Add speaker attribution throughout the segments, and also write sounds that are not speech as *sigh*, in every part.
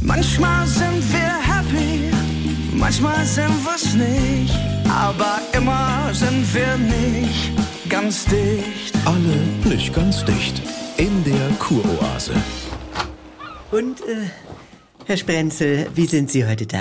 Speaker 1: Manchmal sind wir happy, manchmal sind wir's nicht, aber immer sind wir nicht ganz dicht.
Speaker 2: Alle nicht ganz dicht. In der Kuroase.
Speaker 3: Und, äh, Herr Sprenzel, wie sind Sie heute da?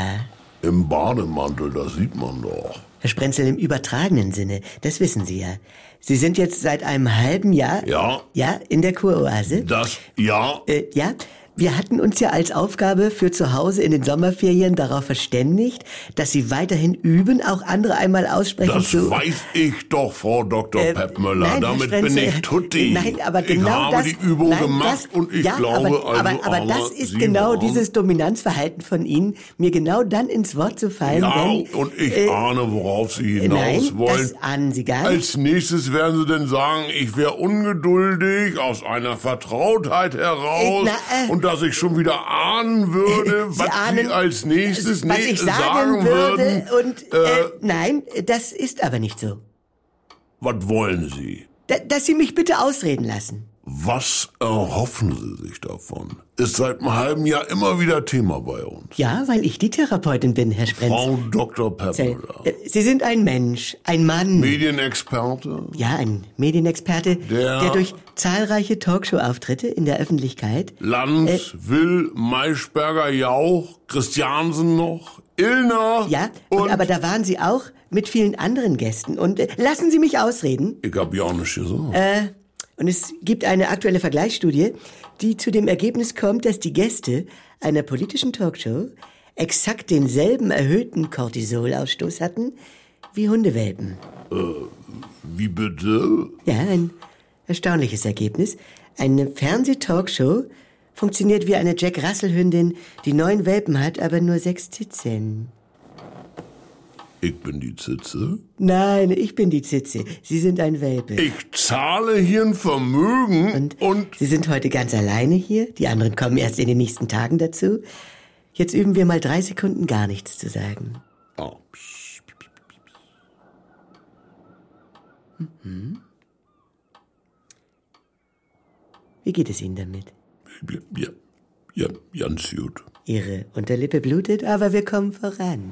Speaker 4: Im Bademantel, das sieht man doch.
Speaker 3: Herr Sprenzel, im übertragenen Sinne, das wissen Sie ja. Sie sind jetzt seit einem halben Jahr.
Speaker 4: Ja.
Speaker 3: Ja, in der Kuroase.
Speaker 4: Das, ja,
Speaker 3: Äh, ja, wir hatten uns ja als Aufgabe für zu Hause in den Sommerferien darauf verständigt, dass Sie weiterhin üben, auch andere einmal aussprechen
Speaker 4: das
Speaker 3: zu.
Speaker 4: weiß ich doch, Frau Dr.
Speaker 3: Äh,
Speaker 4: Peppmüller.
Speaker 3: nein, Herr
Speaker 4: Damit bin
Speaker 3: Sprenzel,
Speaker 4: ich Tutti.
Speaker 3: Nein, aber genau
Speaker 4: ich habe
Speaker 3: das,
Speaker 4: die Übung
Speaker 3: nein,
Speaker 4: gemacht
Speaker 3: das,
Speaker 4: und ich
Speaker 3: ja,
Speaker 4: glaube,
Speaker 3: aber,
Speaker 4: also,
Speaker 3: aber, aber das
Speaker 4: armer
Speaker 3: ist genau
Speaker 4: Simon,
Speaker 3: dieses Dominanzverhalten von Ihnen, mir genau dann ins Wort zu fallen,
Speaker 4: Ja,
Speaker 3: wenn
Speaker 4: und ich
Speaker 3: äh,
Speaker 4: ahne, worauf Sie
Speaker 3: nein,
Speaker 4: hinaus wollen.
Speaker 3: das ahnen Sie gar nicht.
Speaker 4: Als nächstes werden Sie denn sagen, ich wäre ungeduldig aus einer Vertrautheit heraus
Speaker 3: Ich- na, äh,
Speaker 4: und dass ich schon wieder ahnen würde,
Speaker 3: *laughs* Sie
Speaker 4: was
Speaker 3: ahnen,
Speaker 4: Sie als nächstes
Speaker 3: was
Speaker 4: nä-
Speaker 3: ich sagen, würde
Speaker 4: würden.
Speaker 3: und äh, nein, das ist aber nicht so.
Speaker 4: Was wollen Sie?
Speaker 3: Da, dass Sie mich bitte ausreden lassen.
Speaker 4: Was erhoffen Sie sich davon? Ist seit einem halben Jahr immer wieder Thema bei uns.
Speaker 3: Ja, weil ich die Therapeutin bin, Herr Sprenzel.
Speaker 4: Frau Dr. Peppmüller,
Speaker 3: Äh, Sie sind ein Mensch, ein Mann,
Speaker 4: Medienexperte,
Speaker 3: ja, ein Medienexperte,
Speaker 4: Der-
Speaker 3: durch zahlreiche Talkshow-Auftritte in der Öffentlichkeit
Speaker 4: Lanz,
Speaker 3: Äh.
Speaker 4: Will, Maischberger, Jauch, Christiansen noch, Illner.
Speaker 3: Ja, und,
Speaker 4: und
Speaker 3: aber da waren Sie auch mit vielen anderen Gästen. Und äh, lassen Sie mich ausreden. Äh,
Speaker 4: ich hab ja auch nicht gesagt.
Speaker 3: Und es gibt eine aktuelle Vergleichsstudie, die zu dem Ergebnis kommt, dass die Gäste einer politischen Talkshow exakt denselben erhöhten Cortisolausstoß hatten wie Hundewelpen.
Speaker 4: Wie bitte?
Speaker 3: Ja, ein erstaunliches Ergebnis. Eine Fernseh-Talkshow funktioniert wie eine Jack-Russell-Hündin, die neun Welpen hat, aber nur sechs Zitzen.
Speaker 4: Ich bin die Zitze.
Speaker 3: Nein, ich bin die Zitze. Sie sind ein Welpe.
Speaker 4: Ich zahle hier ein Vermögen und,
Speaker 3: Sie sind heute ganz alleine hier. Die anderen kommen erst in den nächsten Tagen dazu. Jetzt üben wir mal drei Sekunden gar nichts zu sagen.
Speaker 4: Ah, psch, psch, psch, psch, psch.
Speaker 3: Wie geht es Ihnen damit?
Speaker 4: ja, ja, ganz gut.
Speaker 3: Ihre Unterlippe blutet, aber wir kommen voran.